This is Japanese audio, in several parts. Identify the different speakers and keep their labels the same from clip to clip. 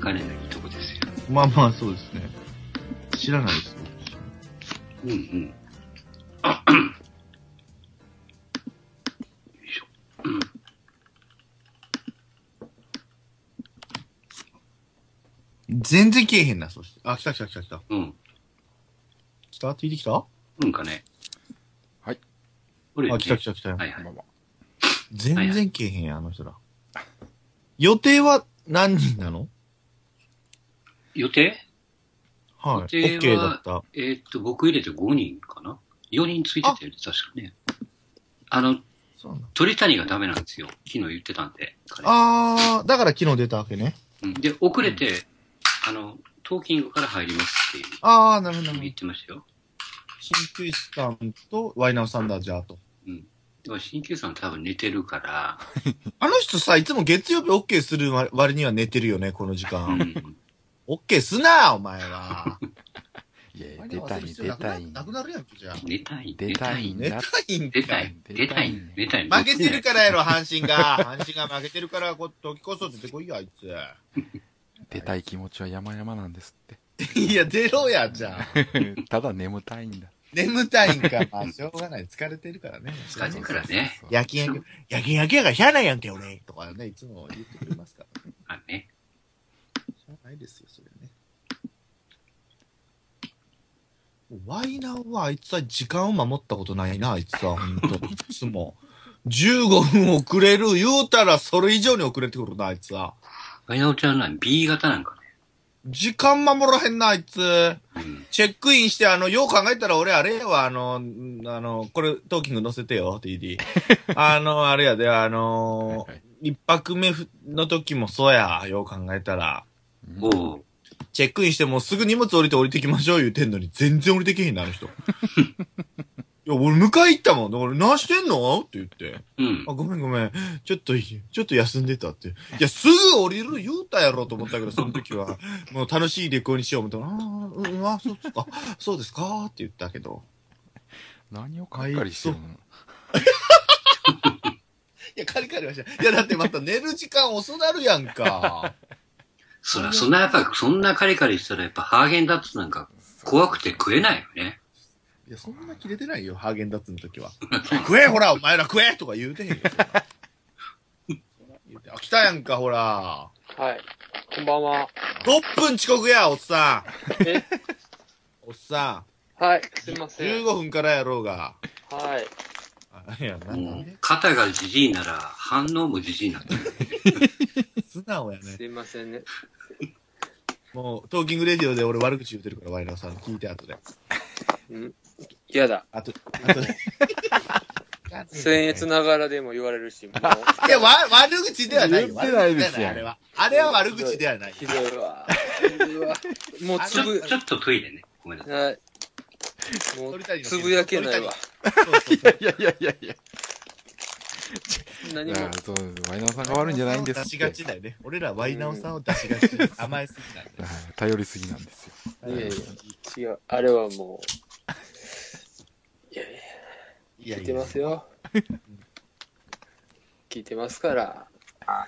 Speaker 1: 彼のいいとこですよ。
Speaker 2: まあまあ、そうですね。知らないです。
Speaker 1: うんうん。よいしょ。うん
Speaker 2: 全然消えへんな、そして。あ、来た来た来た来た。
Speaker 1: うん。
Speaker 2: 来たついてきた
Speaker 1: うんかね。
Speaker 3: はい。
Speaker 1: これ、ね、
Speaker 2: あ、来た来た来た。
Speaker 1: はいは
Speaker 3: こん
Speaker 1: い
Speaker 3: ば。んは。
Speaker 2: 全然消えへんやん、あの人ら。予定は何人なの
Speaker 1: 予定
Speaker 2: はい。
Speaker 1: 予定は
Speaker 2: OK だった。
Speaker 1: えーっと、僕入れて5人かな ?4 人ついてたよね、確かね。あの、
Speaker 2: そうなんだ
Speaker 1: 鳥谷がダメなんですよ。昨日言ってたんで、彼。
Speaker 2: あー、だから昨日出たわけね。
Speaker 1: うんで、遅れて、あの、トーキングから入りますっていう
Speaker 2: あー、なるほど、なるほど
Speaker 1: 言っ。てましたよ。
Speaker 2: 新クイスさんとワイナオサンダージャーと。
Speaker 1: でも、新旧さん多分寝てるから、
Speaker 2: あの人さ、いつも月曜日 OK する割には寝てるよね、この時
Speaker 1: う
Speaker 2: 間。
Speaker 1: ん
Speaker 2: OK すな、お前は。
Speaker 3: いやいや、出たい、出たい。
Speaker 2: なくなるやんけ、じゃあ。
Speaker 1: 寝たい、
Speaker 3: 出たいん
Speaker 2: 寝
Speaker 3: だ
Speaker 2: た。いんか
Speaker 1: 寝
Speaker 2: い
Speaker 1: たい、寝たい、寝たい。
Speaker 2: 負けてるからやろ、阪神が。阪神が負けてるから、こ時こそ出てこいよ、あいつ。
Speaker 3: 出たい気持ちは山々なんですっ
Speaker 2: いや、出ろや、じゃあ。
Speaker 3: て。ただ眠たいんだ。
Speaker 2: 眠たいんか。まあ、しょうがない。疲れてるからね。
Speaker 1: 疲れてるからね
Speaker 3: そうそうそう
Speaker 2: 夜勤明け、夜勤明けやからしゃあないやんけ、俺。とかね、いつも言ってくれますから。
Speaker 1: あね。
Speaker 2: しゃあないですよ、それね。ワイナオはあいつは時間を守ったことないな、あいつは、本当いつも。15分遅れる言うたらそれ以上に遅れてくるな、あいつは。
Speaker 1: ガイナオちゃんなん B 型なんか
Speaker 2: 時間守らへんな、あいつ。
Speaker 1: ね。うん。
Speaker 2: チェックインして、あの、よう考えたら俺、あれは、あの、んあの、これ、トーキング載せてよ、TD。あ の、あれやで、あの
Speaker 3: はいはい、
Speaker 2: 一泊目の時もそうや、よう考えたら。
Speaker 3: うん
Speaker 1: おう
Speaker 2: チェックインしてもうすぐ荷物降りて降りてきましょう言うてんのに、全然降りてけへんな、あ の人。いや、俺、迎え行ったもん。俺、何してんのって言って。
Speaker 1: うん
Speaker 2: あ、。ごめんごめん。ちょっといい、ちょっと休んでたって。いや、すぐ降りる言うたやろと思ったけど、その時は。もう楽しい旅行にしよう思ったら、あーうん、あ、そうですか。そうですかって言ったけど。
Speaker 3: 何をかっかりしてるの
Speaker 2: いや、カリカリはしない。いや、だってまた寝る時間遅なるやんか。
Speaker 1: そら、そんなやっぱ、そんなカリカリしたらやっぱハーゲンダッツなんか怖くて食えないよね。
Speaker 2: いや、そんな切れてないよ、ハーゲンダッツの時は。食え、ほら、お前ら食えとか言うてへんよ。そんな言うてあ、来たやんか、ほら。
Speaker 4: はい。こんばんは。
Speaker 2: 6分遅刻や、おっさ
Speaker 4: え
Speaker 2: ん。おっさ
Speaker 4: はい。すいま
Speaker 2: ん。
Speaker 4: せ
Speaker 2: 15
Speaker 4: ん。
Speaker 2: 分からやろうが。
Speaker 4: はい。
Speaker 2: あいや、な
Speaker 1: も
Speaker 2: ん
Speaker 1: う
Speaker 2: で、
Speaker 1: 肩がじじいなら反応もじじいなってる。
Speaker 2: 素直や
Speaker 4: す
Speaker 2: ね。
Speaker 4: いませんね。
Speaker 2: もう、トーキングレディオで俺悪口言うてるから、ワイナーさん。聞いて、後で。
Speaker 4: うん。嫌だ。
Speaker 2: 後で。後で。
Speaker 4: 僭越ながらでも言われるし、も
Speaker 2: いや、わ、悪口ではないよ。
Speaker 3: 言ってないです
Speaker 2: 悪口で
Speaker 3: よ
Speaker 2: はないあれは。あれは悪口ではな
Speaker 4: う
Speaker 2: い。
Speaker 4: ひどいわ。ひどいわもう
Speaker 1: ち
Speaker 4: つ
Speaker 1: ょ
Speaker 4: ぶ、
Speaker 1: ちょっとトイレね。ごめんなさい。
Speaker 4: はい。もう
Speaker 2: 鳥谷の件
Speaker 4: つぶやけないわ。
Speaker 2: 鳥谷
Speaker 3: いやいやいやいや。
Speaker 4: 何
Speaker 3: だ
Speaker 4: も
Speaker 3: からそう、ワイナーさんが悪いんじゃないんです
Speaker 2: 出
Speaker 3: っ。
Speaker 2: してがちだよね。俺らワイナオさんを出しがち。甘えすぎなんだよ
Speaker 3: はい頼りすぎなんですよ。
Speaker 4: いやいや、違う。あれはもう、いやいや、
Speaker 2: いや
Speaker 4: 聞いてますよ。聞いてますから。
Speaker 3: あ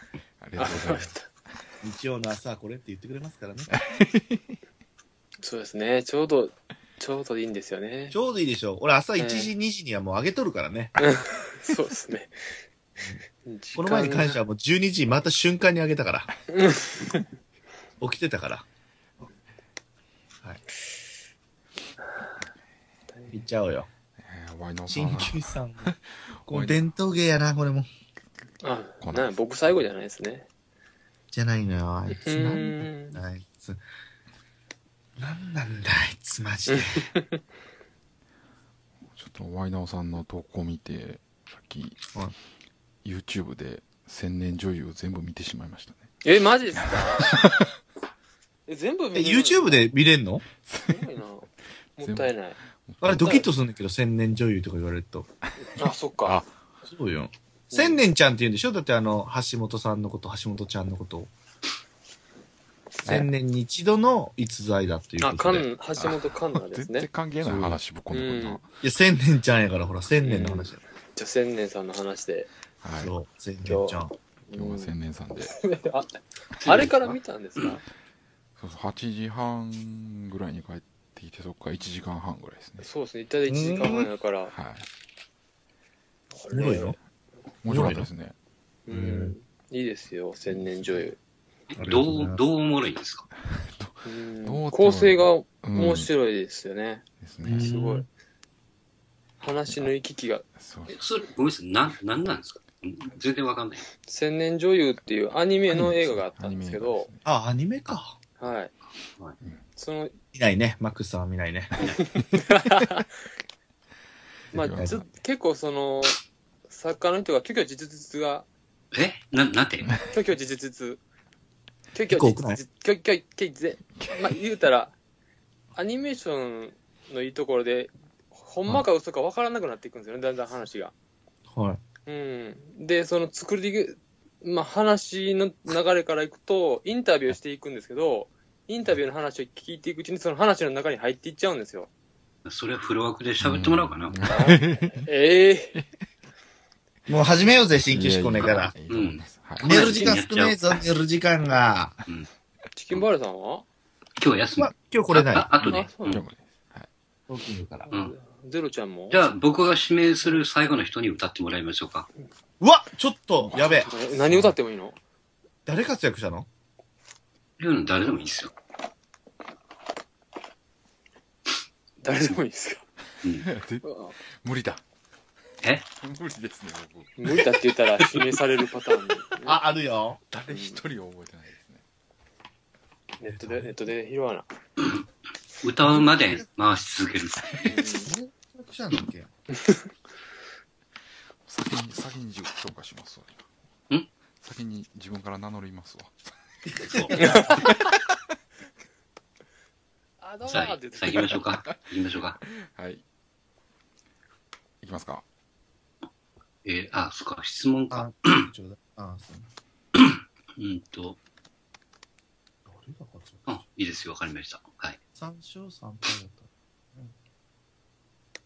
Speaker 3: りがとうございます。
Speaker 2: 日曜の朝はこれって言ってくれますからね。
Speaker 4: そうですね。ちょうど、ちょうどいいんですよね
Speaker 2: ち。ょうどいいでしょう。俺朝1時、2時にはもう上げとるからね。
Speaker 4: そうですね。時
Speaker 2: こ
Speaker 4: 間
Speaker 2: の
Speaker 4: が
Speaker 2: 前に関してはもう12時また瞬間に上げたから。
Speaker 4: うん
Speaker 2: 起きてたから。はい。行っちゃおうよ。
Speaker 3: えーワイナーさ
Speaker 2: 新
Speaker 3: ん。
Speaker 2: 旧さん。 この伝統芸やな、これも。
Speaker 4: あ
Speaker 3: こ、んな
Speaker 4: なん僕最後じゃないですね。
Speaker 2: じゃないのよ、あいつ。
Speaker 4: う
Speaker 2: なん
Speaker 4: ん
Speaker 2: だあいつ。なんなんだ、あいつ、マジで。
Speaker 3: ちょっとワイナオさんの投稿を見て、さっき、
Speaker 2: はい
Speaker 3: YouTube で千年女優を全部見てしまいましたね。
Speaker 4: え、マジで すかえ、全部見
Speaker 2: え、
Speaker 4: れるの
Speaker 2: YouTube で見れんの
Speaker 4: すごいな。もったいない。
Speaker 2: あれドキッとするんだけど、千年女優とか言われると。
Speaker 4: あ、そっか。
Speaker 2: そうよ。千年ちゃんって言うんでしょだってあの、橋本さんのこと、橋本ちゃんのことを。千年に一度の逸材だっていう
Speaker 4: あ、
Speaker 2: こと
Speaker 4: カ
Speaker 2: で。
Speaker 4: ン、橋本カンナで
Speaker 3: 全
Speaker 4: す
Speaker 3: 然
Speaker 4: ね。
Speaker 3: 関係ない話ぶっこんでくる
Speaker 4: う
Speaker 3: な。
Speaker 4: ん
Speaker 2: いや、千年ちゃんやから、ほら、千年の話だ、
Speaker 4: じゃあ、千年さんの話で。
Speaker 3: はい。
Speaker 2: そう、千年ちゃん。
Speaker 4: う
Speaker 3: 今日は
Speaker 4: ん
Speaker 3: 千年さんで。
Speaker 4: ああれから見たんですか
Speaker 3: そうそう8時半ぐらいに帰ってきて、そっから1時間半ぐらいですね。
Speaker 4: そうですね、大体1時間半やから。
Speaker 3: はい。
Speaker 2: おもろいの
Speaker 3: 面白かったですね。
Speaker 4: うん。いいですよ、千年女優。
Speaker 2: ありがとうご
Speaker 1: ど
Speaker 2: ざいます
Speaker 1: う、どうおもろいんですか
Speaker 4: うん
Speaker 3: どうやって
Speaker 4: 構成が
Speaker 3: うん
Speaker 4: 面白いですよね。
Speaker 3: です
Speaker 2: うん
Speaker 3: ね。
Speaker 4: すごい。話の行き来が。
Speaker 3: そう
Speaker 1: えそれ、ごめんなさい、なん、なんなんですかん全然わかんない。
Speaker 4: 千年女優っていうアニメの映画があったんですけど、
Speaker 2: あ、アニメか。
Speaker 4: はい
Speaker 1: はい。
Speaker 4: その、
Speaker 2: 見ないね。マックスさんは見ないね。
Speaker 4: まあ、
Speaker 3: はい
Speaker 4: ず結構その、作家の人が、虚虚実実が、
Speaker 1: えな、なんて
Speaker 4: 虚虚実実、虚
Speaker 2: 結構
Speaker 4: 虚
Speaker 2: 多くない
Speaker 4: 実実、虚虚虚実、まあ言うたら、アニメーションのいいところで、ほんまか嘘か分からなくなっていくんですよね、だんだん話が。
Speaker 2: はい。
Speaker 4: うん。で、その作りで、まあ、話の流れからいくと、インタビューしていくんですけど、インタビューの話を聞いていくうちに、その話の中に入っていっちゃうんですよ。
Speaker 1: それはフロアクで喋ってもらおうかな。
Speaker 4: ええ
Speaker 2: もう始めようぜ、新規志向ね
Speaker 3: ね
Speaker 2: えから。
Speaker 3: いいと思います。はい
Speaker 1: うん
Speaker 2: 寝る時間少ねえぞ、寝る時間が。
Speaker 4: チキンバールさんは、
Speaker 1: 今日休み
Speaker 2: ま。あ、今日これない。
Speaker 1: あ、あとで
Speaker 4: あ。そう
Speaker 1: うん
Speaker 4: な
Speaker 3: で
Speaker 4: の
Speaker 3: もね
Speaker 2: 東京から。
Speaker 1: うん
Speaker 4: ゼロちゃんも
Speaker 1: じゃあ、僕が指名する最後の人に歌ってもらいましょうか。
Speaker 2: うわちょっとやべえ。
Speaker 4: え何歌ってもいいの
Speaker 2: 誰活躍したの
Speaker 1: いうの誰でもいいですよ。
Speaker 4: 誰でもいいですか
Speaker 3: ぜ無理だ。
Speaker 1: え
Speaker 3: 無理ですね、僕。
Speaker 4: 無理だって言ったら指名されるパ ターン、
Speaker 2: あ、あるよ。
Speaker 3: 誰一人覚えてないですね。
Speaker 4: ネットで、ネットで拾わな。
Speaker 1: 歌うまで回し続ける。
Speaker 2: 誰活躍したんだっけ
Speaker 3: 先に、先に自己紹介しますわ。
Speaker 1: ん
Speaker 3: 先に自分から名乗りますわ。
Speaker 1: そう。
Speaker 4: あ、どうも
Speaker 1: さあ
Speaker 4: ーって、
Speaker 1: さあ
Speaker 4: 言
Speaker 1: 行き
Speaker 4: っ
Speaker 1: ましょうか。行きましょうか。
Speaker 3: はい。いきますか。
Speaker 1: えーあ、そっか、質問か。
Speaker 2: あ、ちょうだい。あ、そう。
Speaker 1: うんと、
Speaker 2: 誰が活躍
Speaker 1: うん、いいですよ、わかりました。はい。
Speaker 2: 三勝三敗だっ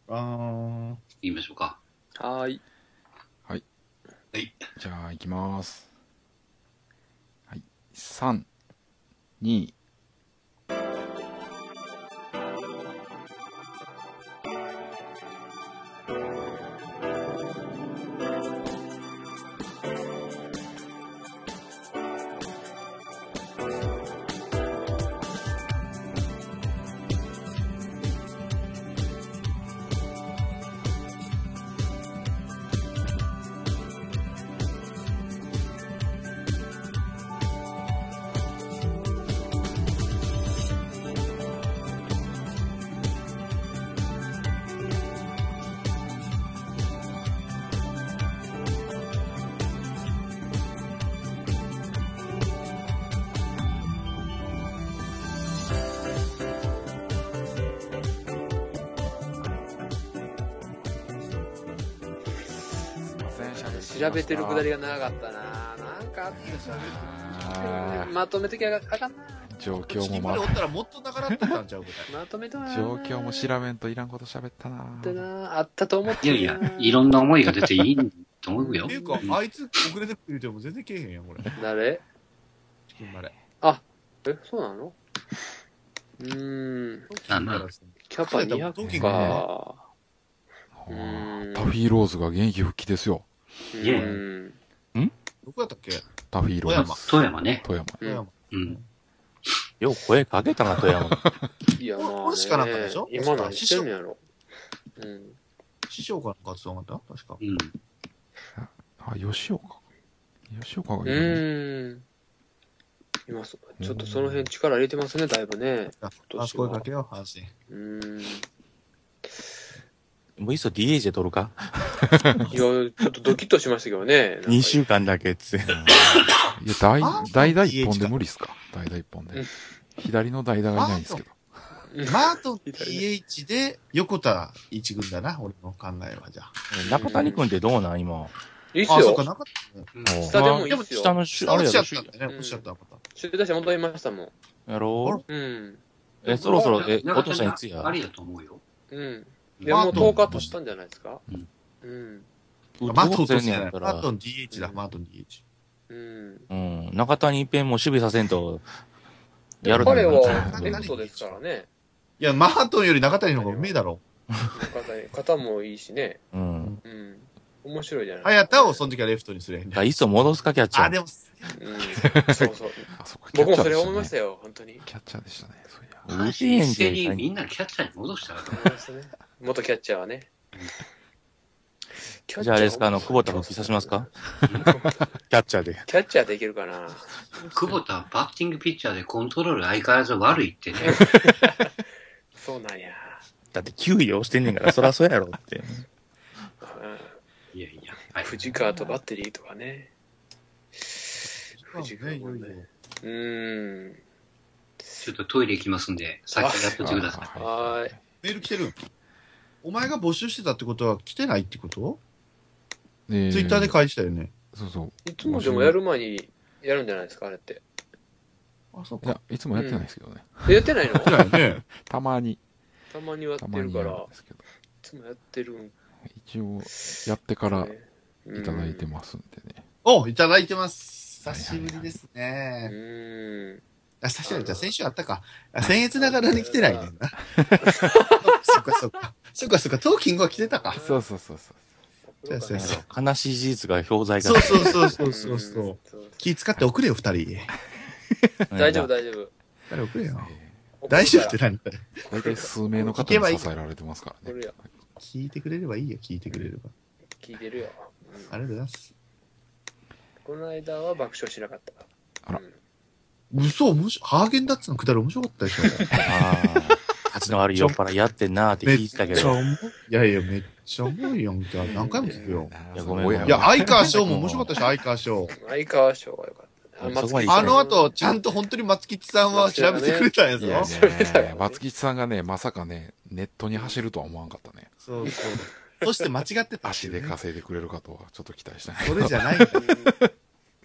Speaker 2: た。うん、あ
Speaker 1: 行きましょうか。
Speaker 4: た。はーい。
Speaker 1: はい。
Speaker 3: じゃあ、いきます。はい。3、2、すいません、喋ってきました
Speaker 4: 調べてるくだりが長かったななんかあって
Speaker 3: あ
Speaker 4: 喋って。まとめときゃあか
Speaker 3: ー
Speaker 4: んな
Speaker 3: 状
Speaker 2: ー。チ
Speaker 3: 況
Speaker 2: キ
Speaker 3: も
Speaker 2: ンまでお
Speaker 3: ま
Speaker 2: っ、たらもっと長らってたんちゃうぐ
Speaker 4: まとめとはな
Speaker 3: 状況も調べんといらんこと喋ったな
Speaker 4: ってなあったと思っ
Speaker 1: い
Speaker 4: て
Speaker 1: や
Speaker 4: る
Speaker 1: いや、いろんな思いが出ていいと思う
Speaker 2: らい。
Speaker 1: よ。
Speaker 2: っていうか、あいつ遅れてくるても全然けえへんやん、これ。
Speaker 4: 誰
Speaker 2: チキンまで。
Speaker 4: えそうなのうーん
Speaker 1: あまあ
Speaker 4: キャパ
Speaker 2: 同
Speaker 4: 200
Speaker 2: 期
Speaker 4: か
Speaker 3: あ
Speaker 4: う
Speaker 3: ー
Speaker 4: ん
Speaker 3: タフィーローズが現役復帰ですよ。
Speaker 4: う
Speaker 1: いや
Speaker 4: ん
Speaker 2: どこやったっけ
Speaker 3: タフィーロ
Speaker 2: 富
Speaker 3: ー
Speaker 2: 山
Speaker 3: ズ。。
Speaker 1: 富山ね。
Speaker 3: 富山。
Speaker 4: う
Speaker 2: 富
Speaker 4: ん
Speaker 2: 山。
Speaker 1: うん。
Speaker 5: よう声かけたな、富山。
Speaker 4: いやまあね
Speaker 2: 俺しかなんかでしょ
Speaker 4: 今何してんのやろうん
Speaker 2: 師匠からの活動があった確か。
Speaker 1: うん。
Speaker 3: あ、吉岡。吉岡が
Speaker 4: う
Speaker 3: いる
Speaker 4: ーん今そちょっとその辺力入れてますねだいぶね
Speaker 2: あそこへかけよう、話。
Speaker 4: うーんい
Speaker 5: もういっそ DH で撮るか
Speaker 4: やちょっとドキッとしましたけどね
Speaker 5: ?2 週間だけっつって。
Speaker 3: いや、代
Speaker 2: あ、
Speaker 3: 代打一本で無理っすか代打一本
Speaker 4: う
Speaker 3: で
Speaker 4: ん。
Speaker 3: 左の代打がいないんですけど。
Speaker 4: うん
Speaker 2: マートン DH で横田一軍だな、俺の考えはじゃあ。
Speaker 5: 中谷君ってどうなん今。
Speaker 4: いいっす
Speaker 2: あ、そう
Speaker 4: よ
Speaker 2: か、なかっ
Speaker 4: 下でもいい
Speaker 5: い
Speaker 4: っすよ
Speaker 5: 下のし、
Speaker 2: た。
Speaker 5: あ
Speaker 2: あ、
Speaker 5: れ
Speaker 2: 落
Speaker 5: や
Speaker 2: ちちゃ
Speaker 5: ろ
Speaker 2: っ、たんだね、
Speaker 4: うん
Speaker 2: 落ちちゃった。また
Speaker 4: 首出し戻りましたもん
Speaker 5: やろ
Speaker 4: うん
Speaker 5: え、そろそろ、え、
Speaker 1: 中
Speaker 5: お
Speaker 1: 田
Speaker 5: 父さんいつや
Speaker 1: ありだと思うよ。
Speaker 4: うん
Speaker 1: うん
Speaker 4: いやもう
Speaker 2: マートン
Speaker 4: 10日経ったんじゃないですか
Speaker 1: うん
Speaker 4: うん
Speaker 5: う
Speaker 2: マートン
Speaker 5: ど
Speaker 2: 落
Speaker 5: うせ
Speaker 2: と
Speaker 5: ん
Speaker 2: す
Speaker 5: ね
Speaker 2: じゃ
Speaker 5: や
Speaker 2: ない
Speaker 5: った
Speaker 2: マー
Speaker 5: ら
Speaker 2: ト。ン DH だ、
Speaker 4: うん
Speaker 2: マートン DH。
Speaker 5: うん。中谷一平も守備させんと、やる
Speaker 4: 彼は
Speaker 2: 何
Speaker 4: エ
Speaker 2: 何
Speaker 4: クソですからね。
Speaker 2: いや、マハトンより中谷の方がうめえだろ。
Speaker 4: 肩に肩もいいしね。
Speaker 5: うん。
Speaker 4: うん。面白いじゃない
Speaker 2: 早田をその時はレフトにすりゃいいんだ
Speaker 5: だか
Speaker 2: よ。
Speaker 5: らいっそ戻すかキャッチャ
Speaker 2: あ、
Speaker 5: ー。
Speaker 2: でも、
Speaker 4: うん。そうそう。
Speaker 3: あ、そっか、
Speaker 4: 僕もそれ思いまし
Speaker 3: した
Speaker 4: たよ、本当に。
Speaker 3: ね。キャッチャーでしたね。そういや
Speaker 5: 同
Speaker 1: 阪
Speaker 5: じ
Speaker 1: 神
Speaker 5: 園
Speaker 1: 一斉
Speaker 5: でい
Speaker 1: に
Speaker 5: か
Speaker 1: み
Speaker 5: に。
Speaker 1: んなキャッチャーに戻 したらどう
Speaker 4: 思いましたね 元キャッチャーはね。キャッチャー
Speaker 5: じゃああれですか、あの、久保田復帰させますかキャッチャーで。
Speaker 4: キャッチャーできるかな
Speaker 1: 久保田はバッティングピッチャーでコントロール相変わらず悪いって ね。
Speaker 4: そうなんや。
Speaker 5: だって9位で押してんねんから、そらそうやろ って。
Speaker 4: うん
Speaker 1: いやいや。はい、
Speaker 4: 藤川とバッテリーとかね。藤川
Speaker 2: ねいよ
Speaker 4: も
Speaker 2: いよ
Speaker 4: ね。うーん。
Speaker 1: ちょっとトイレ行きますんで、さっきやっといてください。
Speaker 3: あ
Speaker 4: はーい。
Speaker 2: メール来てる。お前が募集してたってことは来てないってこと
Speaker 3: い
Speaker 2: ツイッターで返したよね。
Speaker 3: そうそう。
Speaker 4: いつもでもやる前にやるんじゃないですか、あれって。
Speaker 2: あ、そっ
Speaker 3: い
Speaker 2: か。
Speaker 3: や、いつもやってないですけどね。
Speaker 4: えやって ないの
Speaker 2: 来てない ね。
Speaker 3: たまに、
Speaker 4: たまにやって
Speaker 3: たま
Speaker 4: る
Speaker 3: に
Speaker 4: か
Speaker 3: や
Speaker 4: ら、
Speaker 3: る
Speaker 4: い
Speaker 3: んですけど。
Speaker 4: つもやってるん
Speaker 3: 一応、やってからい
Speaker 4: い
Speaker 3: ただいてますんでね。
Speaker 2: お、いただいてます。久しぶりです
Speaker 4: う
Speaker 2: ね。
Speaker 4: ーん。
Speaker 2: あ、久しぶり。じゃあ先週あったか。あ、僭越ながらに来てないねんな。 そっかそっか。そっかそっか。トーキングは来てたか。
Speaker 3: そうそうそうそう。
Speaker 2: そうそうそう
Speaker 5: 悲しい事実が表在化
Speaker 2: そうそうそうそ
Speaker 4: うん
Speaker 2: うそうそう。
Speaker 4: そう
Speaker 2: 気使って送れよ、二人。
Speaker 4: 大丈夫、大丈夫。
Speaker 2: 誰送れよ。
Speaker 4: 怒るから
Speaker 2: 大丈夫って何
Speaker 3: 大体数名の方に支えられてますから
Speaker 4: 怒
Speaker 3: ね。
Speaker 4: るよ。
Speaker 2: 聞いてくれればいいよ、聞いてくれれば。
Speaker 4: 聞いてるよ。うん
Speaker 2: ありがとうございます。
Speaker 4: この間は爆笑しなかった。
Speaker 3: あら
Speaker 4: うん
Speaker 2: 嘘、面白い。ハーゲンダッツのくだり面白かったでしょ。
Speaker 5: ああ。立ちの悪い酔っ払いやってんなーって聞いてたけ
Speaker 2: めっちゃ
Speaker 5: ど。
Speaker 2: 重い。いやいや、めっちゃ重いやんか。何回も聞くよ。
Speaker 3: あー
Speaker 5: いやごめ
Speaker 3: す
Speaker 5: んごめん
Speaker 2: いや、相川翔も面白かったでしょ、相川翔。
Speaker 4: 相川賞は良かった。
Speaker 5: そこまで
Speaker 2: あの後、ちゃんと本当に松吉さんは調べてくれたんや
Speaker 3: いや
Speaker 2: ぞ。
Speaker 3: ね、松吉さんがね、まさかね、ネットに走るとは思わんかったね。
Speaker 2: そうそう。そして間違ってたってい
Speaker 3: 足
Speaker 2: うね、
Speaker 3: で稼いでくれるかとは、ちょっと期待してない。
Speaker 2: それじゃない。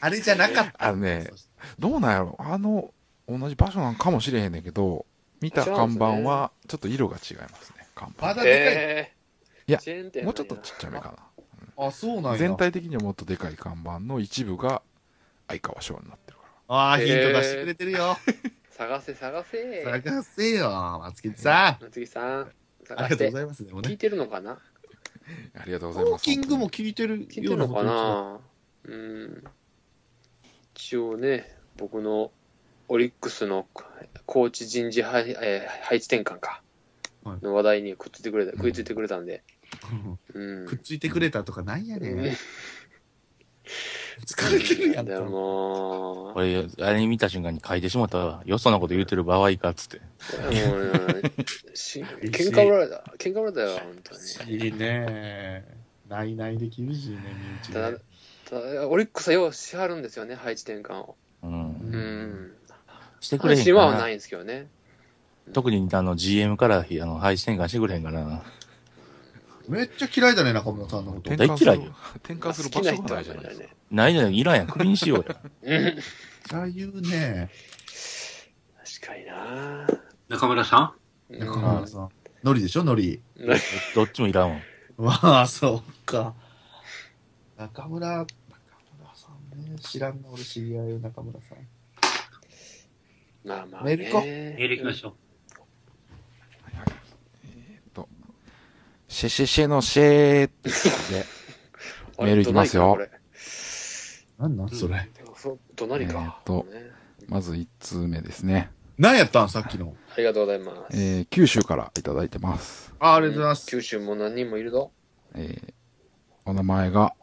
Speaker 2: あれじゃなかった。
Speaker 3: あのね、どうなんやろあの、同じ場所なんかもしれへんねんけど、見た看板は、ちょっと色が違いますね、看板。
Speaker 2: まだで
Speaker 4: え
Speaker 3: い
Speaker 4: え
Speaker 3: や
Speaker 4: チェーン店
Speaker 3: も
Speaker 4: な
Speaker 3: うんちょ
Speaker 4: や
Speaker 3: っとちっちゃめか
Speaker 2: かい。あ、そうなん
Speaker 3: な。
Speaker 2: や。
Speaker 3: 全。体的にはもっとでかい看板の一部が、相川翔になってるか
Speaker 2: ああ、ヒント出してくれてるよ。
Speaker 4: 探せ探せ。
Speaker 2: 探せよ、松吉さん。
Speaker 4: 松木さん、
Speaker 2: あ
Speaker 4: 探
Speaker 2: りがとうご
Speaker 4: して。
Speaker 2: ざいます。でも
Speaker 4: 聞
Speaker 2: ね
Speaker 4: い。てるのかな
Speaker 3: ら。ありがとうご
Speaker 2: ウ
Speaker 3: ざい
Speaker 2: ォ
Speaker 3: ま
Speaker 2: ー
Speaker 3: す。
Speaker 2: キングも聞いてる
Speaker 4: 聞いてるのかなうん。一応ね、僕のオリックスのコーチ人事配,、えー配置転換か。
Speaker 2: はい
Speaker 4: の話題にくっついてくれた、食いついてくれたんで。
Speaker 2: う
Speaker 4: う
Speaker 2: んんくっ。ついてくれたとかなんやねん。
Speaker 4: うん
Speaker 2: 疲れてるやん
Speaker 4: で
Speaker 2: か。
Speaker 4: も
Speaker 5: これ、あれ見た瞬間に書いてしまったわ。よそなこと言うてる場合かっつって。
Speaker 4: う、もう、し喧嘩売られた、喧嘩売られたよ、本当に。
Speaker 2: いいね。ないないで厳しいね、身
Speaker 4: た
Speaker 2: 内で。
Speaker 4: だただオリックスはようしはるんですよね、配置転換を。
Speaker 5: うん。
Speaker 4: うん。
Speaker 5: してくれ
Speaker 4: 阪
Speaker 5: へんか
Speaker 4: 神は
Speaker 5: な
Speaker 4: ない。んですけどね。
Speaker 5: 特にあの GM からあの配信転換してくれへんかな。
Speaker 2: めっちゃ嫌いだね、中村さんのこと
Speaker 3: 転。
Speaker 5: 大
Speaker 3: 換する
Speaker 5: 嫌いよ
Speaker 3: 転換する場所がないじゃないですか。
Speaker 5: ないじゃない、いらんやん。クビにしようや。
Speaker 4: うん。
Speaker 2: ああいうね、
Speaker 4: 確かにな
Speaker 1: 中村さん
Speaker 4: うん
Speaker 2: 中村さん。ノリでしょ、ノリ。
Speaker 5: どっちもいらんわ。
Speaker 2: まあ、そうか。中村、中村さんね。知らんな、俺知り合いよ、中村さん。
Speaker 4: まあまあ、
Speaker 2: メール行こう
Speaker 4: ね
Speaker 1: メール行きましょう。
Speaker 3: シェシェシェのシェーって
Speaker 4: あ
Speaker 3: メール行きますよ
Speaker 4: どないか
Speaker 2: なんなんそれ。
Speaker 4: これそうどなりか、
Speaker 3: えーっと
Speaker 4: ね
Speaker 3: まず1通目ですね。
Speaker 2: 何やったん、さっきの。
Speaker 4: ありがとうございます。
Speaker 3: えー九州からいただいてます。
Speaker 2: あ、
Speaker 4: あ
Speaker 2: ありがとうございます。
Speaker 4: 九州も何人もいるぞ。
Speaker 3: えーお名前が、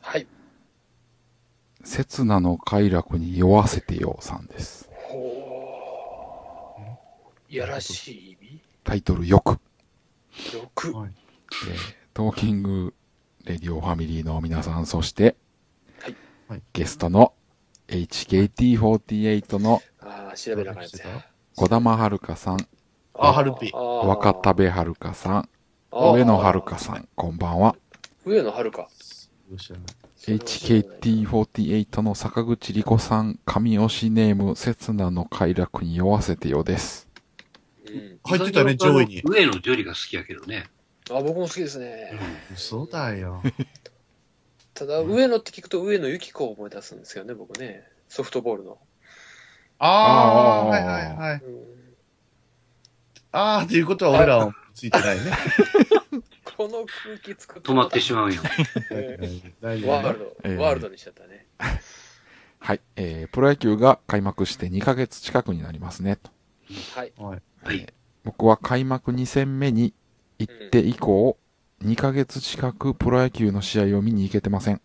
Speaker 4: はい。
Speaker 3: 刹那の快楽に酔わせてようさんです。
Speaker 4: やらしい意味
Speaker 3: タイトルよく。
Speaker 4: ?6。
Speaker 2: はい
Speaker 3: えートーキングレディオファミリーの皆さん、そして、
Speaker 4: はい
Speaker 2: はい
Speaker 3: ゲストの HKT48 の
Speaker 4: ああ、調べなかったや
Speaker 3: 小玉遥さん、
Speaker 2: あはるぴ
Speaker 4: あー
Speaker 3: 若田部遥さん、
Speaker 4: あー
Speaker 3: 上野遥さん、こんばんは。
Speaker 4: 上野遥か。
Speaker 2: よっしゃ
Speaker 3: HKT48 の坂口莉子さん、神推しネーム、刹那の快楽に酔わせてよです。
Speaker 4: うん。
Speaker 2: 入ってたね、上位に。
Speaker 1: 上野樹里が好きやけどね。
Speaker 4: あ、僕も好きですね。
Speaker 2: 嘘だよ。
Speaker 4: ただ、上野って聞くと上野由岐子を思い出すんですよね、僕ね。ソフトボールの。
Speaker 2: ああ、
Speaker 3: あー
Speaker 2: はいはいはいあー、ということは俺らはついて ないね。
Speaker 4: この空気作って
Speaker 1: 止まってしまうよ。
Speaker 4: え
Speaker 2: 大
Speaker 4: ー
Speaker 2: 丈
Speaker 4: ワー
Speaker 2: 夫
Speaker 4: ルド、
Speaker 3: えー
Speaker 4: ワールドにしちゃったね。
Speaker 3: はい、えー、プロ野球が開幕して2ヶ月近くになりますね、と。
Speaker 4: はい。
Speaker 1: はい。
Speaker 3: 僕は開幕2戦目に行って以降、2ヶ月近くプロ野球の試合を見に行けてません。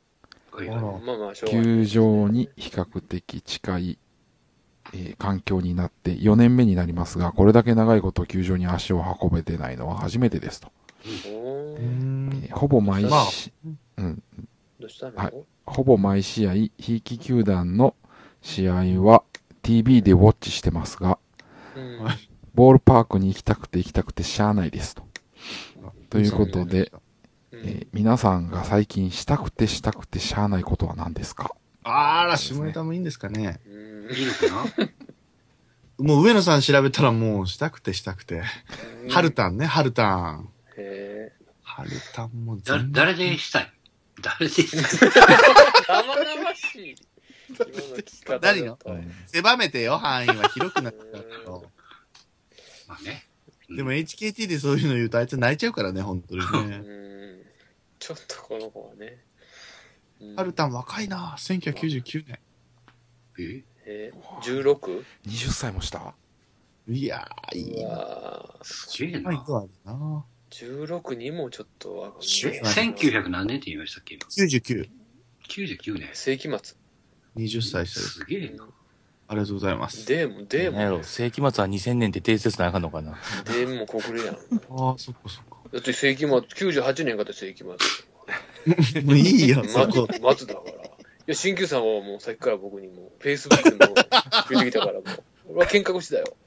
Speaker 1: はい
Speaker 2: あら
Speaker 4: まあまあ、しょうがない。
Speaker 3: 球場に比較的近い、えー環境になって4年目になりますが、これだけ長いこと球場に足を運べてないのは初めてですと。
Speaker 4: お
Speaker 2: う
Speaker 4: ー
Speaker 3: え
Speaker 2: ん
Speaker 3: ーほぼ毎
Speaker 2: まあ
Speaker 3: 試、うん、
Speaker 4: どうしたの、
Speaker 3: はいほぼ毎試合、ひいき球団の試合は TV でウォッチしてますが、
Speaker 4: うん
Speaker 2: はい
Speaker 3: ボールパークに行きたくて行きたくてしゃあないですと。ということで、。
Speaker 4: うん
Speaker 3: えー皆さんが最近したくてしたくてしゃあないことは何ですか
Speaker 2: あら、下ネタもいいんですかね。
Speaker 4: うん
Speaker 1: いいのかな
Speaker 2: もう上野さん調べたらもうしたくてしたくて。ハル。タンね、ハルタン。
Speaker 4: へえ。
Speaker 2: ハルタンも
Speaker 1: だ
Speaker 2: 全然
Speaker 1: 誰でしたい誰でしたい
Speaker 4: 生々しい。今の聞き方だと
Speaker 2: 誰の
Speaker 5: はい
Speaker 2: 狭めてよ、範囲は広くなったけど。
Speaker 1: まあね。
Speaker 2: でも HKT でそういうの言うとあいつ泣いちゃうからね、本当に
Speaker 4: う
Speaker 2: ね。
Speaker 4: ん。ちょっとこの子はね。うん
Speaker 2: ハルタン若いな、1999年。
Speaker 1: え
Speaker 4: えー、16?
Speaker 3: ?20 歳もした
Speaker 2: いやー、いいうな。
Speaker 4: わー
Speaker 1: すげえ
Speaker 2: はい
Speaker 1: な。
Speaker 2: そうだな
Speaker 4: 16にもちょっとわかんない
Speaker 1: え、1900何年って言いましたっけ今
Speaker 2: 99。
Speaker 1: ?99 年。
Speaker 4: 世紀末。
Speaker 2: 20歳です。
Speaker 1: すげえな。
Speaker 2: ありがとうございます。
Speaker 4: でも、で
Speaker 5: なん
Speaker 4: も、
Speaker 5: やろ、世紀末は2000年って定説なあかんのかな。
Speaker 4: でも国連やん。
Speaker 2: ああ、そっかそっか。
Speaker 4: だって世紀末、98年から世紀末。
Speaker 2: もういいよ、そこ。
Speaker 4: 松松だから。いや、新旧さんはもうさっきから僕にも、フェイスブックでも言ってきたから、もう。俺は喧嘩腰だよ。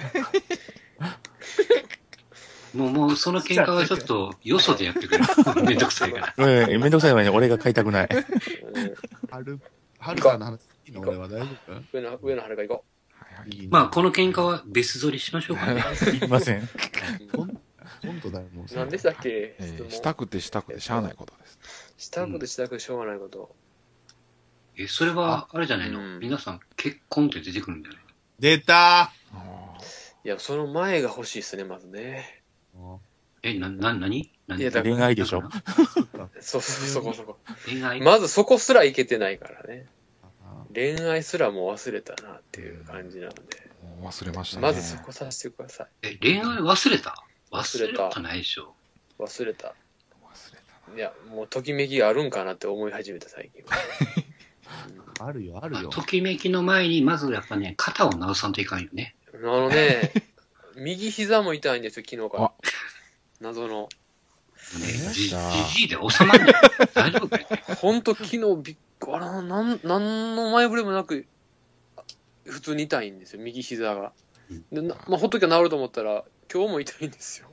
Speaker 1: もう、もう、その喧嘩はちょっと、よそでやってくれ。 めんどくさいから。
Speaker 5: うん、めんどくさい前に俺が買いたくない。
Speaker 4: うん
Speaker 2: ハル、ハルタンの話いいの俺は大丈夫か
Speaker 4: 上の、上の春が行こ
Speaker 3: はいはい。
Speaker 2: いいね
Speaker 1: まあ、この喧嘩は別撮りしましょう かね。
Speaker 5: いりません。
Speaker 4: う
Speaker 2: コンコントだよ、もう
Speaker 4: うん。何でしたっけ
Speaker 3: え
Speaker 4: 質
Speaker 3: ー
Speaker 4: 問
Speaker 3: したくてしたくてしゃあないことです。
Speaker 4: したくてしたくてしょうがないこと。
Speaker 1: え、それは、あれじゃないの、
Speaker 4: うん
Speaker 1: 皆さん、結婚って出てくるんじゃない
Speaker 2: 出た
Speaker 3: あー
Speaker 4: いや、その前が欲しいっすね、まずね。
Speaker 2: ー
Speaker 1: え、な、な、なに何
Speaker 4: いやだ
Speaker 5: 恋愛でしょ。
Speaker 4: そうそう、そこそこ。
Speaker 1: 恋愛、
Speaker 4: まずそこすらいけてないからね。
Speaker 2: あ
Speaker 4: 恋愛すらもう忘れたなっていう感じなので。
Speaker 3: もう忘れましたね。
Speaker 4: まずそこさせてください。
Speaker 1: え、恋愛忘れた忘
Speaker 4: 忘
Speaker 1: れ
Speaker 4: れた
Speaker 1: たないでしょ。
Speaker 4: 忘れた。
Speaker 3: 忘れた
Speaker 4: いや、もうときめきがあるんかなって思い始めた最近。
Speaker 2: ーあるよ、ある
Speaker 1: あ
Speaker 2: よ。
Speaker 1: ときめきの前に、まずやっぱね、肩を直さんといかんよね。
Speaker 4: あの ね、右膝も痛いんですよ、昨日から
Speaker 3: あ。
Speaker 4: 謎の。
Speaker 1: もうね、
Speaker 3: え
Speaker 1: じじ
Speaker 3: じゃあ
Speaker 1: じいで収まんない。 大丈夫かい
Speaker 4: ほんと昨日びっくあら、なん、なんの前触れもなく、あ普通に痛いんですよ、右膝が。でなまあ、ほっときゃ治ると思ったら、今日も痛いんですよ。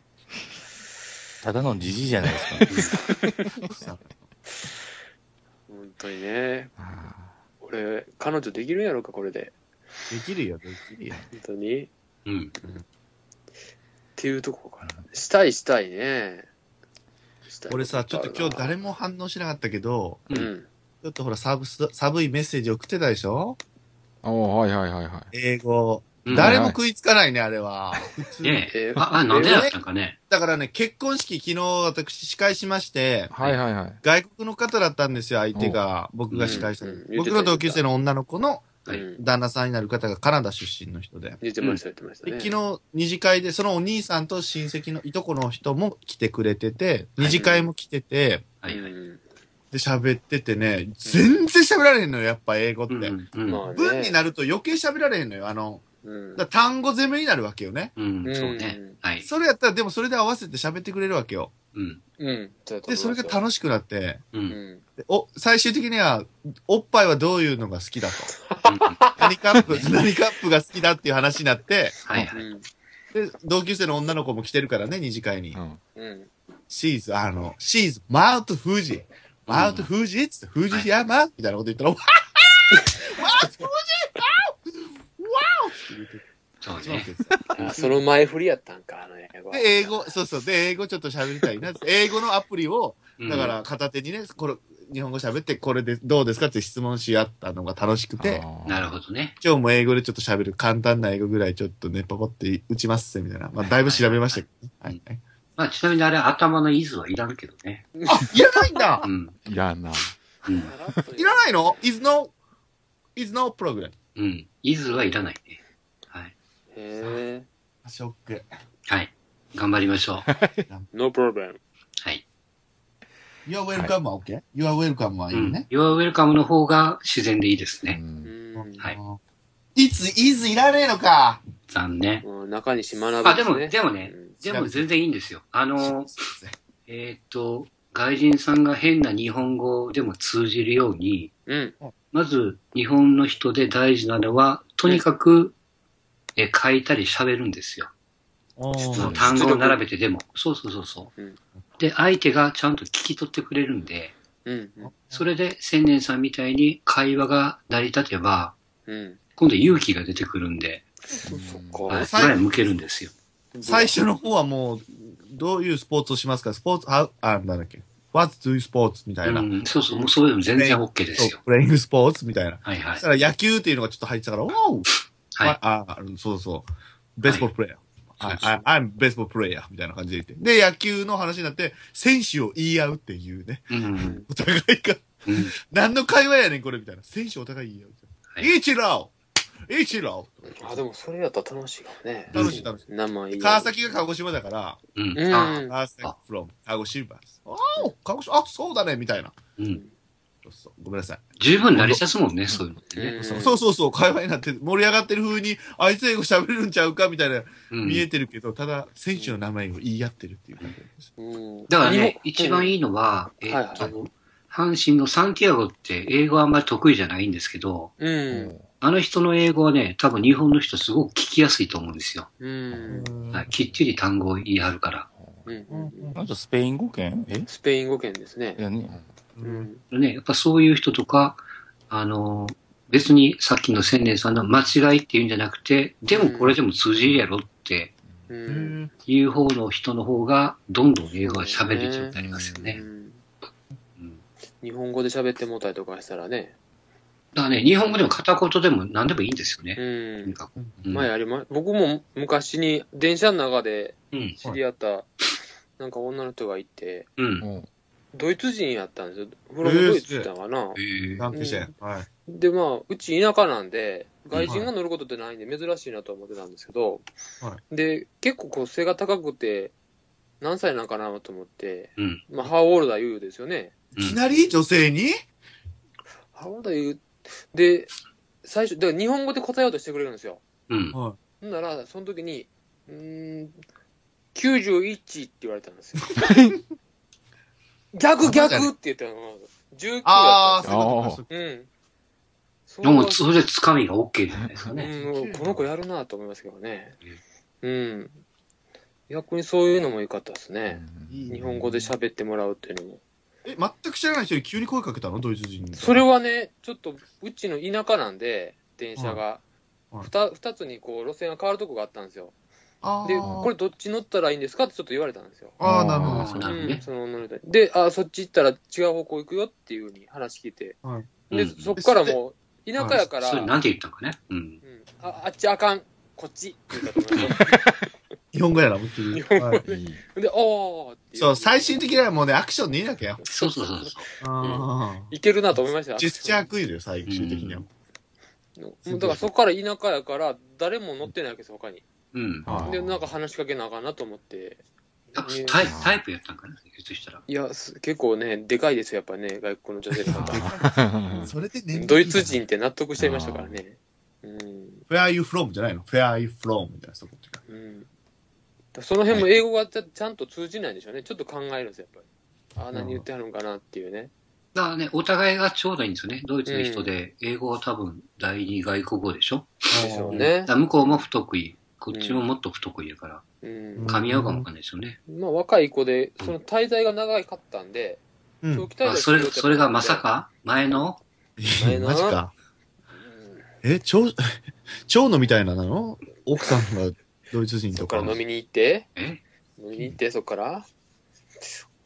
Speaker 5: ただのじじいじゃないですか。
Speaker 4: 本当にね。
Speaker 3: あ
Speaker 4: 俺、彼女できるんやろか、これで。
Speaker 2: できるよ、できるよ。
Speaker 4: 本当に。っ
Speaker 1: うん。
Speaker 4: ていうとこかな。したい、したいね。したい
Speaker 2: 俺さ、ちょっと今日誰
Speaker 4: も。
Speaker 2: も反応しなかったけど、
Speaker 4: うん。
Speaker 2: ちょっとほら、サブス、寒いメッセージ送ってたでしょ
Speaker 3: ーおーはいはいはいはい。
Speaker 2: 英語。
Speaker 1: うん
Speaker 2: 誰も食いつかないね、あれは。普通
Speaker 1: ねえ
Speaker 4: えー
Speaker 1: あ、あ、なんでだったんかね。
Speaker 2: だからね、結婚式昨日私司会しまして、
Speaker 3: はいはいはい。
Speaker 2: 外国の方だったんですよ、相手が。僕が司会したの、
Speaker 4: うんうん言っ
Speaker 2: 僕
Speaker 4: てた
Speaker 2: の同級生の女の子の
Speaker 4: う
Speaker 1: はい
Speaker 4: ん。
Speaker 2: 旦那さんになる方がカナダ出身の人で。
Speaker 4: 言ってました、言ってました
Speaker 2: で
Speaker 4: ね。
Speaker 2: 昨日二次会で、そのお兄さんと親戚のいとこの人も来てくれてて、二次会も来てて、
Speaker 1: はいはい。
Speaker 4: うん
Speaker 2: で、喋っててね、全然喋られへんのよ、やっぱ英語って。
Speaker 1: うん。うん。
Speaker 4: まあね。
Speaker 2: 文になると余計喋られへんのよ。あの、
Speaker 4: うん
Speaker 2: だから単語攻めになるわけよね。
Speaker 1: うん。
Speaker 4: うん
Speaker 1: そうね。はい。
Speaker 2: それやったら、でもそれで合わせて喋ってくれるわけよ。
Speaker 1: うん。
Speaker 4: うん。だと思いますよ
Speaker 2: で、それが楽しくなって、
Speaker 1: うん。う。
Speaker 4: うんん。
Speaker 2: でお、最終的には、おっぱいはどういうのが好き だと。
Speaker 1: は
Speaker 2: 何カップ、何カップが好きだっていう話になって、
Speaker 1: い。
Speaker 4: うん。
Speaker 2: で、同級生の女の子も来てるからね、二次会に
Speaker 3: う。ん。
Speaker 4: うん。
Speaker 2: She's, あの、She's Mount Fuji. Mount Fuji? つって、富士山みたいなこと言ったら、わ
Speaker 1: そうね。
Speaker 2: ー Mount Fuji! わーわーって言ってたわけ
Speaker 4: あ、その前振りやったんか、あの映画は
Speaker 2: ですよ。で、英語、そうそう。で、英語ちょっと喋りたいな。英語のアプリを、
Speaker 1: うん
Speaker 2: だか、ら片手にね、これ、日本語喋って、これでどうですかって質問し合ったのが楽しくて、
Speaker 3: あー
Speaker 1: なるほどね。
Speaker 2: 今日も英語でちょっと喋る、簡単な英語ぐらいちょっとね、パパって打ちますみたいな。まあ、だいぶ調べましたけどね。は
Speaker 1: はいい。まあ、ちなみにあれ、頭のイズはいらんけどね。
Speaker 2: あ、いらないんだ
Speaker 1: うん。
Speaker 3: いらんな。
Speaker 1: うん。
Speaker 2: いらないの ?is no, is no pro ぐらい。
Speaker 1: うん。イズはいらないね。はい。
Speaker 4: へ
Speaker 2: ショック。
Speaker 1: はい。頑張りましょう。
Speaker 4: ー No problem.
Speaker 1: はい。
Speaker 2: You're welcome は OK?You're welcome はいうい
Speaker 1: ん
Speaker 2: ね。。
Speaker 1: You're welcome の方が自然でいいです
Speaker 3: う。
Speaker 1: ね。
Speaker 4: うんん
Speaker 1: はい
Speaker 2: い。いつ、いついらねえのか。
Speaker 1: 残念。
Speaker 4: うん中西学ぶ
Speaker 1: あ、でも、でもね、で
Speaker 2: 調
Speaker 1: も
Speaker 2: べて
Speaker 1: 全然いいんですよ。あの、
Speaker 2: すいま
Speaker 1: えーっと、外人さんが変な日本語でも通じるように、
Speaker 4: うん。
Speaker 1: まず、日本の人で大事なのは、とにかく、え、書いたり喋るんですよ。
Speaker 2: せん
Speaker 1: その単語を並べてでも。そうそうそうそう、
Speaker 4: うん
Speaker 1: で、相手がちゃんと聞き取ってくれるんで、
Speaker 4: うん。
Speaker 1: それで千年さんみたいに会話が成り立てば、
Speaker 4: うん。
Speaker 1: 今度勇気が出てくるんで、
Speaker 4: そっ
Speaker 1: は
Speaker 4: か
Speaker 1: い。前向けるんですよ。
Speaker 2: 最初の方はもう、どういうスポーツをしますかスポーツ、あ、あなんだっけ ?What do you sports? みた
Speaker 1: う
Speaker 2: いな。
Speaker 1: ん、そうそう、もうそういうの全然 OK です
Speaker 2: そう
Speaker 1: よ。、
Speaker 2: プレイングスポーツみたいな。
Speaker 1: はいは
Speaker 2: そ
Speaker 1: い
Speaker 2: し。たら野球っていうのがちょっと入ってたから、おお
Speaker 1: はい。
Speaker 2: あ、あそうそう。ベースボールプレイヤー。
Speaker 1: は
Speaker 2: はいい、I- I'm baseball player みたいな感じで言って。で、野球の話になって、選手を言い合うっていうね。
Speaker 1: うん。
Speaker 2: お互いが、
Speaker 1: うん。
Speaker 2: 何の会話やねんこれみたいな。選手お互い言い合うみたいな。
Speaker 1: は
Speaker 2: イチローイチロ
Speaker 4: あ、でもそれやったら楽しいかもね。
Speaker 2: 楽しい楽しい
Speaker 4: 生いい。
Speaker 2: ー川。崎が鹿児島だから、
Speaker 1: うん。
Speaker 4: うん
Speaker 1: あ、
Speaker 2: 川崎 from 鹿児島。おお鹿児島、あ、そうだね、みたいな。
Speaker 1: うん。
Speaker 2: そうそうごめんなさい。
Speaker 1: 十分成り立つもんね、そういうのってね。
Speaker 4: うん
Speaker 2: そうそうそう、会話になって、盛り上がってる風に、あいつ英語喋れるんちゃうかみたいな、
Speaker 1: うん。
Speaker 2: 見えてるけど、ただ、選手の名前を言い合ってるっていう感じなんです。
Speaker 4: うん
Speaker 1: だからね、
Speaker 4: 日本
Speaker 1: 一番いいのは、えっと、
Speaker 4: はいはい
Speaker 1: 阪神のサンティアゴって英語あんまり得意じゃないんですけど、
Speaker 4: うん。
Speaker 1: あの人の英語はね、多分日本の人すごく聞きやすいと思うんですよ。
Speaker 4: うん。
Speaker 1: はいきっちり単語を言い張るから。
Speaker 4: うん。
Speaker 5: あとスペイン語圏え
Speaker 4: スペイン語圏ですね
Speaker 5: い。やね
Speaker 4: うん。
Speaker 1: ね、やっぱそういう人とか、あの、別にさっきの千年さんの間違いっていうんじゃなくて、でもこれでも通じるやろって
Speaker 4: うん。
Speaker 1: いう方の人の方が、どんどん英語が喋れるようになりますよね
Speaker 4: う。ん
Speaker 1: うん
Speaker 4: 日本語で喋ってもうたりとかしたらね。
Speaker 1: だからね、日本語でも片言でも何でもいいんですよね。
Speaker 4: う
Speaker 1: とに
Speaker 4: ん。
Speaker 1: かくうん
Speaker 4: 前ありま、僕も昔に電車の中で
Speaker 1: うん。
Speaker 4: 知り合った、なんか女の人がいて、
Speaker 1: うん。
Speaker 3: うん
Speaker 4: ドイツ人やったんですよ。フロムドイツだかな。
Speaker 1: え
Speaker 2: ダンクシェン。はい。
Speaker 4: で、まあ、うち田舎なんで、外人が乗ることってないんで、珍しいなとは思ってたんですけど、
Speaker 2: は
Speaker 4: で、結構こう背が高くて、何歳なんかなと思って、
Speaker 1: うん
Speaker 4: まあ、ハーオールダー言うですよね。
Speaker 1: う
Speaker 2: いき
Speaker 1: ん
Speaker 2: なり女性に
Speaker 4: ハーオールダー言う。で、最初、だから日本語で答えようとしてくれるんですよ。
Speaker 1: うん。
Speaker 4: ほんなら、その時に、うーん、91って言われたんですよ。逆逆って言ったの。19だ
Speaker 2: あ
Speaker 4: っ
Speaker 2: あ、
Speaker 4: たん
Speaker 2: そういうことか
Speaker 4: ですよ。うん。そ
Speaker 1: でも、それでつかみが OK じゃないですかね。
Speaker 4: うん、もうこの子やるなと思いますけどね。うん。逆にそういうのも良かったですね。
Speaker 2: うん
Speaker 4: 日本語で喋ってもらうっていうのも。
Speaker 2: え、全く知らない人に急に声かけたのドイツ人に。
Speaker 4: それはね、ちょっとうちの田舎なんで、電車
Speaker 2: う
Speaker 4: が。
Speaker 2: んうん
Speaker 4: 二二つにこう路線が変わるとこがあったんですよ。
Speaker 2: あー
Speaker 4: で、これどっち乗ったらいいんですかってちょっと言われたんですよ。
Speaker 2: ああ、なるほど
Speaker 3: あー
Speaker 1: そう
Speaker 4: う
Speaker 1: なるほど
Speaker 4: ん、
Speaker 1: ね。
Speaker 4: その乗りたい。で、あ、そっち行ったら違う方向行くよっていうふうに話聞いて。
Speaker 2: はい
Speaker 4: で、
Speaker 1: うん
Speaker 4: そっからもう、田舎やから、
Speaker 1: そうれ
Speaker 4: ん、
Speaker 1: なんて言ったのかね。うん。
Speaker 4: ああっちあかん、こっちって言ったと思います。
Speaker 2: 日本語やな、本当に。はい
Speaker 3: いい。
Speaker 4: で、おーってい
Speaker 2: そう、最終的にはもうね、アクションでいいなきゃ。
Speaker 1: そうそうそうそ
Speaker 2: あ
Speaker 4: いけるなと思いました。
Speaker 2: ージェスチャークイズよ、最終的には。
Speaker 4: もうだからそこから田舎やから、誰も乗ってないわけですよ、他に。
Speaker 1: う。うん。
Speaker 3: あー
Speaker 4: で、 なんか話しかけなあかんなと思って。
Speaker 1: あタイタイプやったんかなひょっとしたら。
Speaker 4: いや、す結構ね、でかいですよ、やっぱね、外国の女性の方。
Speaker 2: それでね
Speaker 4: ドイツ。人って納得しちゃいましたからね。うん。
Speaker 2: Where are you from? じゃないの Where are you from? みたいな、そこっていうか。
Speaker 4: うん。だその辺も英語がちゃちゃんと通じないんでしょうね。ちょっと考えるんですよ、やっぱり。ああ、何言ってはるんかなっていうね。
Speaker 1: だからね、お互いがちょうどいいんですよね。ドイツの人で、英語は多分第二外国語でしょ。
Speaker 4: でしょうね
Speaker 1: だか。ら向こうも不得意。こっちももっと不得意やから、
Speaker 4: うん。
Speaker 1: 噛み合うかもわかんないですよね。
Speaker 4: まあ、若い子で、その滞在が長かったんで、
Speaker 2: うん。
Speaker 4: 長期滞在
Speaker 1: あ
Speaker 4: す
Speaker 1: そ
Speaker 4: る
Speaker 1: れ、
Speaker 4: 予定だったんで
Speaker 1: それがまさか前の
Speaker 4: 前な
Speaker 2: マジか。え、蝶、 蝶野みたいなの奥さんがドイツ人
Speaker 4: そ
Speaker 2: と
Speaker 4: っか
Speaker 2: か。
Speaker 4: ら飲みに行って、
Speaker 1: え
Speaker 4: 飲みに行って、そっから、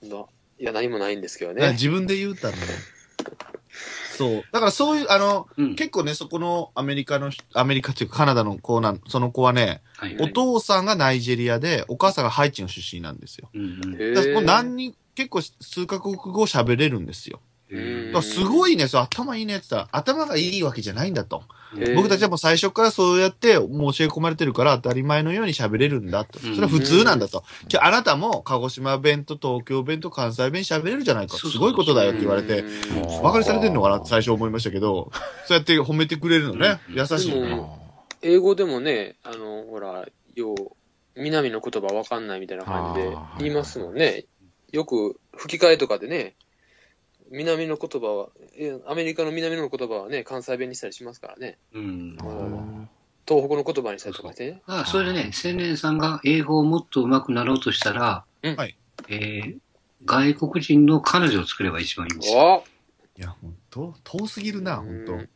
Speaker 4: ないや、何もないんですけど
Speaker 2: あ
Speaker 4: ね。
Speaker 2: 自分で言うたの。そう。だからそういう、あの、
Speaker 1: うん。
Speaker 2: 結構ね、そこのアメリカの人、アメリカっていうかカナダの子なん、その子はね、
Speaker 1: はいは
Speaker 2: お
Speaker 1: い。
Speaker 2: 父さんがナイジェリアで、お母さんがハイチの出身なんですよ。
Speaker 1: うんうん
Speaker 4: へ
Speaker 2: だからもう
Speaker 4: ー
Speaker 2: 何人、結構数カ国語喋れるんです
Speaker 1: う
Speaker 2: よ。
Speaker 1: ん
Speaker 2: だからすごいね、そう頭いいねって言ったら、頭がいいわけじゃないんだと。
Speaker 4: へー
Speaker 2: 僕たちはもう最初からそうやってもう教え込まれてるから当たり前のように喋れるんだと。それは普通なんだと。今日あなたも鹿児島弁と東京弁と関西弁喋れるじゃないか。
Speaker 1: そうそう
Speaker 2: すごいことだよって言われて
Speaker 4: うん、
Speaker 2: 馬鹿にされてんのかなって最初思いましたけど、そうやって褒めてくれるのね。
Speaker 1: うん
Speaker 2: 優しい
Speaker 4: うん
Speaker 2: ね。
Speaker 4: 英語でもね、あの、ほら、よう、南の言葉わかんないみたいな感じ
Speaker 3: あー
Speaker 4: で
Speaker 3: はいはい
Speaker 4: 言いますもんね。よく吹き替えとかでね、南の言葉は、えアメリカの南の言葉はね、関西弁にしたりしますからね。
Speaker 1: うん。
Speaker 4: うん東北の言葉にしたりとかしてね。
Speaker 1: まあ、それでね、千年さんが英語をもっと上手くなろうとしたら、
Speaker 4: うん
Speaker 2: はい
Speaker 1: えー外国人の彼女を作れば一番いいんですよ。
Speaker 4: お
Speaker 2: いや、本当遠すぎるな、本
Speaker 4: うん
Speaker 2: 当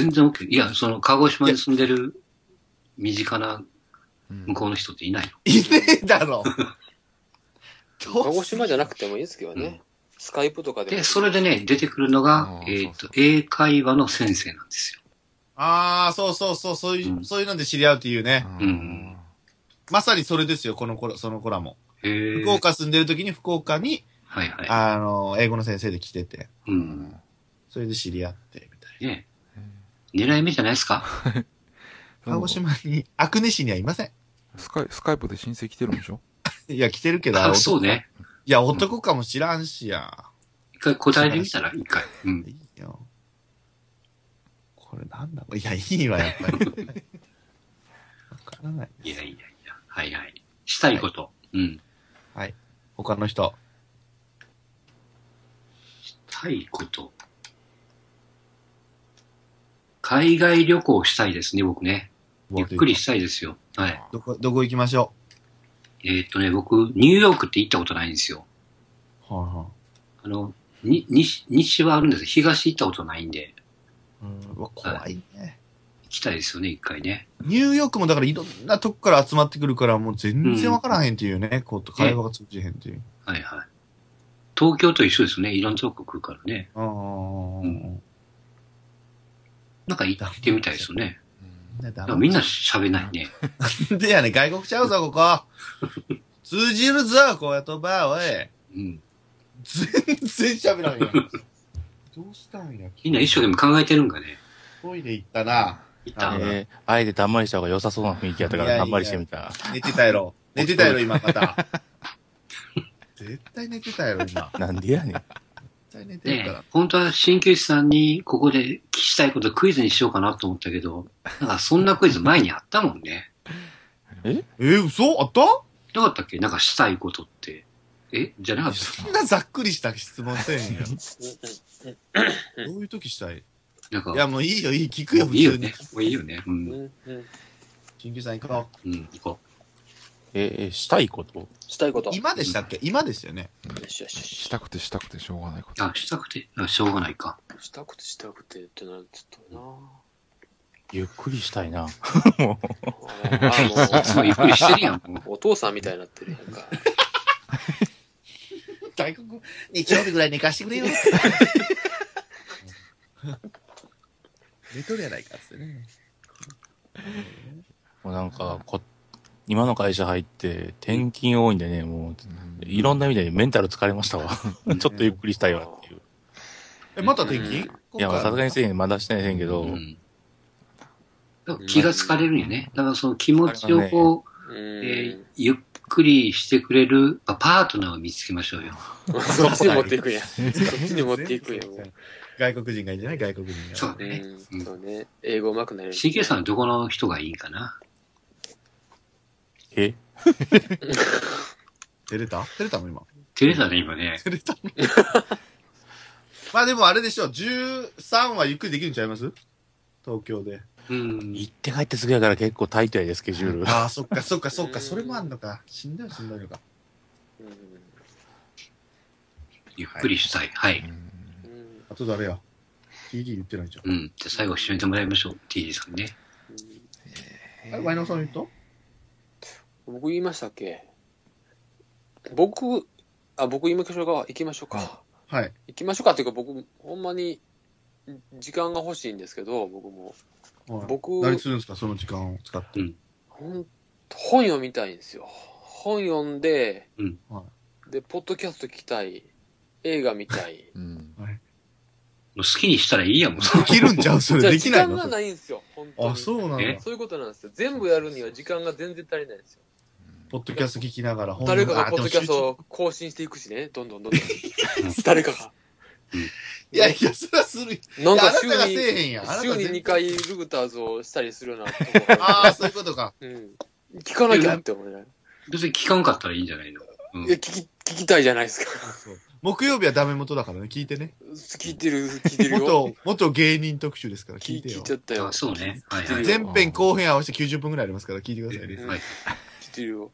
Speaker 1: 全然 OK。いや、その、鹿児島に住んでる身近な向こうの人っていない
Speaker 2: いねえだ ろ。
Speaker 4: 鹿児島じゃな
Speaker 2: く
Speaker 4: くてもいいですけど
Speaker 1: うん
Speaker 4: ね。スカイプとか
Speaker 1: の。
Speaker 4: でも。
Speaker 1: で、それでね、出てくるのが
Speaker 3: あ、ー
Speaker 1: えっと
Speaker 3: そうそう、
Speaker 1: 英会話の先生なんですよ。
Speaker 2: ああ、そうそうそう、そういう、
Speaker 1: うん
Speaker 2: そういうので知り合うっていうね。
Speaker 1: うん
Speaker 2: まさにそれですよ、この子ら、その子らも。
Speaker 1: へえ。
Speaker 2: 福岡住んでる時に福岡に、
Speaker 1: はいは
Speaker 2: あの、英語の先生で来てて、
Speaker 1: い。うん。
Speaker 2: それで知り合って、みたい
Speaker 1: ね狙い目じゃないですか
Speaker 2: な。鹿児島に、阿久根市にはいません。
Speaker 3: スカイスカイプで申請来てるんでしょ
Speaker 2: いや、来てるけど、
Speaker 1: あ
Speaker 2: 男
Speaker 1: そう。ね。
Speaker 2: いや、男かも知らんしや。
Speaker 1: 一回答えてみたら、一回。うん。
Speaker 2: いいよ。これなんだろういや、いいわ、やっぱり。 わからない。
Speaker 1: いやいやいや。はいはい。したいこと。うん。
Speaker 2: 他の人。
Speaker 1: したいこと。海外旅行したいですね、僕ね。ゆっくりしたいですよ。はい。
Speaker 2: どこ、どこ行きましょ
Speaker 1: えーっとね、僕、ニューヨークって行ったことないんですよ。
Speaker 2: う。はいは
Speaker 1: あの、に、西、西はあるんです東行ったことないんで、
Speaker 2: い。うん、うわ、怖いね。
Speaker 1: 行きたいですよね、一回ね。
Speaker 2: ニューヨークもだからいろんなとこから集まってくるから、もう全然わからへんっていうね、こうと会話が通じへんっていう。
Speaker 1: はいはい。東京と一緒ですね、いろんなとこ来るからね。
Speaker 2: あー
Speaker 1: んなんか行ってみたいですよね。
Speaker 2: ね
Speaker 1: だ
Speaker 2: ダメ
Speaker 1: からみんな喋んないね。
Speaker 2: でやね、外国ちゃうぞ、ここ。通じるぞ、こうやとば、おい。
Speaker 1: うん。
Speaker 2: 全然喋らんやん。どうしたんや、
Speaker 1: みんな一生懸命考えてるんかね。
Speaker 2: トイレ行ったな。
Speaker 1: 行っ
Speaker 2: あ
Speaker 1: た。
Speaker 2: ー
Speaker 5: えーあえてたんまりした方が良さそうな雰囲気やったか
Speaker 2: いやい
Speaker 5: ら、
Speaker 2: や
Speaker 5: たんまりしてみた。
Speaker 2: 寝てたやろ。寝てたやろ、今、また。絶対寝てたやろ、今。
Speaker 5: なんでやねん。
Speaker 2: 絶対寝てる
Speaker 1: ね
Speaker 2: から。
Speaker 1: 本当は鍼灸師さんにここで聞きしたいことクイズにしようかなと思ったけど、なんかそんなクイズ前にあったもんね。
Speaker 2: えー、嘘あった
Speaker 1: どうだったっけなんかしたいことって。えじゃなかった
Speaker 2: そんなざっくりした質問せえへんやろ。どういう時したい
Speaker 1: なんか、
Speaker 2: いや、もういいよ、いい。聞くよ、普
Speaker 1: いいよ
Speaker 2: 通に
Speaker 1: ね。。もういいよね。うん。
Speaker 4: う
Speaker 1: うん
Speaker 4: んうん
Speaker 2: 緊急さん行こう。
Speaker 1: 行こ
Speaker 5: えーえーしたいこと
Speaker 4: したいこと。よ
Speaker 2: 今でしたっけ今ですよね。
Speaker 4: しよしよし
Speaker 3: し。たくてしたくてしょうがないこ
Speaker 1: う。
Speaker 3: と。
Speaker 1: あ、したくて、あしょうがないか。
Speaker 4: したくてしたくてってなるちょっとな
Speaker 5: ゆっくりしたい
Speaker 4: あ
Speaker 5: な。
Speaker 1: いつもゆっくりしてるやん。もう
Speaker 4: もうお父さんみたいになってるやんか。
Speaker 2: 外国、日曜日ぐらい寝かしてくれよ。 寝とるやないかっつってね。
Speaker 5: もうなんかこ、今の会社入って転勤多いんでね、もう、いろんな意味でメンタル疲れましたわ。ちょっとゆっくりしたいわっていう。
Speaker 2: え、また転勤
Speaker 4: うん
Speaker 5: いや、まあさすがに
Speaker 2: に。
Speaker 5: せえへん、まだしてないせ んけど、
Speaker 1: うんだから気が疲れるんやね。だからその気持ちをこう、
Speaker 4: う
Speaker 1: え
Speaker 4: ー
Speaker 1: ー
Speaker 4: ん。
Speaker 1: ゆっくりしてくれるあパートナーを見つけましょうよ。
Speaker 4: そっちに持っていくんや。そっちに持っていくんや。もう
Speaker 2: 外国人がいいんじゃない外国人が。
Speaker 1: そう
Speaker 4: う
Speaker 1: ね。
Speaker 4: ん。そうね。英語上手くなれる。
Speaker 1: 神経さんはどこの人がいいかな
Speaker 5: え
Speaker 2: 照れた照れたもん今。
Speaker 1: 照れたね、今ね。
Speaker 2: 照れたもん まあでもあれでしょ、13はゆっくりできるんちゃいます東京で。
Speaker 1: うん。
Speaker 5: 行って帰ってすぐやから結構タイトやで、スケジュール。
Speaker 2: ああ、そっかそっかそっか、それもあんのか。しんどいしんどいのか。
Speaker 4: うん
Speaker 1: ゆっくりしたい。はい。
Speaker 3: うん
Speaker 4: うん
Speaker 2: あと誰や ?TD 言ってないじゃん。
Speaker 1: うん。じゃあ最後締めてもらいましょう。TD さんね。
Speaker 2: あれワイナオさん言った
Speaker 4: 僕言いましたっけ僕、あ、僕言いましょうか。行きましょうか。
Speaker 2: はい。
Speaker 4: 行きましょうかっていうか僕、ほんまに時間が欲しいんですけど、僕も。
Speaker 2: はい
Speaker 4: 僕
Speaker 2: 何するんですか、その時間を使って。
Speaker 4: ほん本読みたいんですよ。本読んで、
Speaker 1: うん
Speaker 2: は
Speaker 4: で、ポッドキャスト聞きたい、映画見たい。
Speaker 3: うん。
Speaker 1: う好きにしたらい いやもん。
Speaker 2: できるんちゃうそ
Speaker 4: じゃ
Speaker 2: れで
Speaker 4: あ
Speaker 2: き
Speaker 4: 時
Speaker 2: ない
Speaker 4: 間
Speaker 2: の
Speaker 4: がないんですよ、本当に。
Speaker 2: あ、そうなんだ
Speaker 1: え。
Speaker 4: そういうことなんですよ。全部やるには時間が全然足りないんですよ。
Speaker 2: ポッドキャスト聞きながら本
Speaker 4: 誰かが
Speaker 2: あ
Speaker 4: ポッドキャストを更新していくしね、どんどんどん どん。誰かが。
Speaker 2: いやいや、それはするよ。
Speaker 4: なんか週
Speaker 2: いやあなたがせえへん
Speaker 4: に
Speaker 2: やんあな、た
Speaker 4: 週に
Speaker 2: 全
Speaker 4: 2回ルグターズをしたりするようなとこが
Speaker 2: ああ、そういうこと か。
Speaker 4: うん。聞かなきゃって思うね。
Speaker 1: 別に聞かんかったらいいんじゃないの。うん
Speaker 4: いや、聞き、聞きたいじゃないですか。
Speaker 2: 木曜日はダメ元だからね、聞いてね。
Speaker 4: 聞いてる、聞いてるよ。
Speaker 2: 元、元芸人特集ですから、聞
Speaker 4: 聞
Speaker 2: い
Speaker 4: い
Speaker 2: て
Speaker 4: 聞い
Speaker 2: よ
Speaker 4: ち。ゃったよ
Speaker 1: あ。そうね。はい
Speaker 4: 聞いて
Speaker 1: は
Speaker 4: る
Speaker 1: い。
Speaker 4: よ
Speaker 2: 前編後編合わせて90分くらいありますから、聞いてくださいね。
Speaker 1: はい
Speaker 4: 聞いてるよ。